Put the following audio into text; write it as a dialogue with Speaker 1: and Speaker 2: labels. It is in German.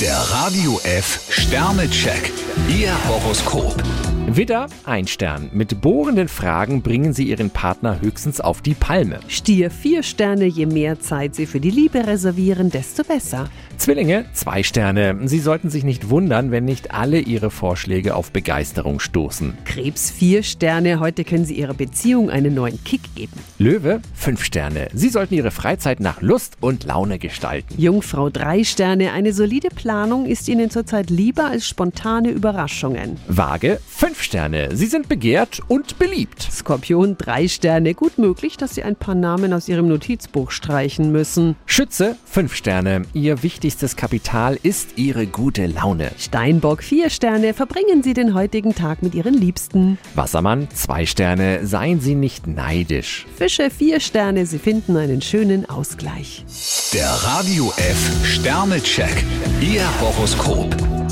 Speaker 1: Der Radio F Sternecheck. Ihr Horoskop.
Speaker 2: Widder, ein Stern. Mit bohrenden Fragen bringen Sie Ihren Partner höchstens auf die Palme.
Speaker 3: Stier vier Sterne, je mehr Zeit Sie für die Liebe reservieren, desto besser.
Speaker 2: Zwillinge, zwei Sterne. Sie sollten sich nicht wundern, wenn nicht alle Ihre Vorschläge auf Begeisterung stoßen.
Speaker 3: Krebs vier Sterne, heute können Sie Ihrer Beziehung einen neuen Kick geben.
Speaker 2: Löwe, fünf Sterne. Sie sollten Ihre Freizeit nach Lust und Laune gestalten.
Speaker 3: Jungfrau drei Sterne, eine solide Planung ist Ihnen zurzeit lieber als spontane Überraschungen.
Speaker 2: Waage, fünf Sterne. Sie sind begehrt und beliebt.
Speaker 3: Skorpion drei Sterne, gut möglich, dass Sie ein paar Namen aus Ihrem Notizbuch streichen müssen.
Speaker 2: Schütze, fünf Sterne. Ihr wichtigstes Kapital ist Ihre gute Laune.
Speaker 3: Steinbock vier Sterne, verbringen Sie den heutigen Tag mit Ihren Liebsten.
Speaker 2: Wassermann, zwei Sterne. Seien Sie nicht neidisch.
Speaker 3: Fische vier Sterne, Sie finden einen schönen Ausgleich.
Speaker 1: Der Radio F Sternecheck. Ihr Horoskop.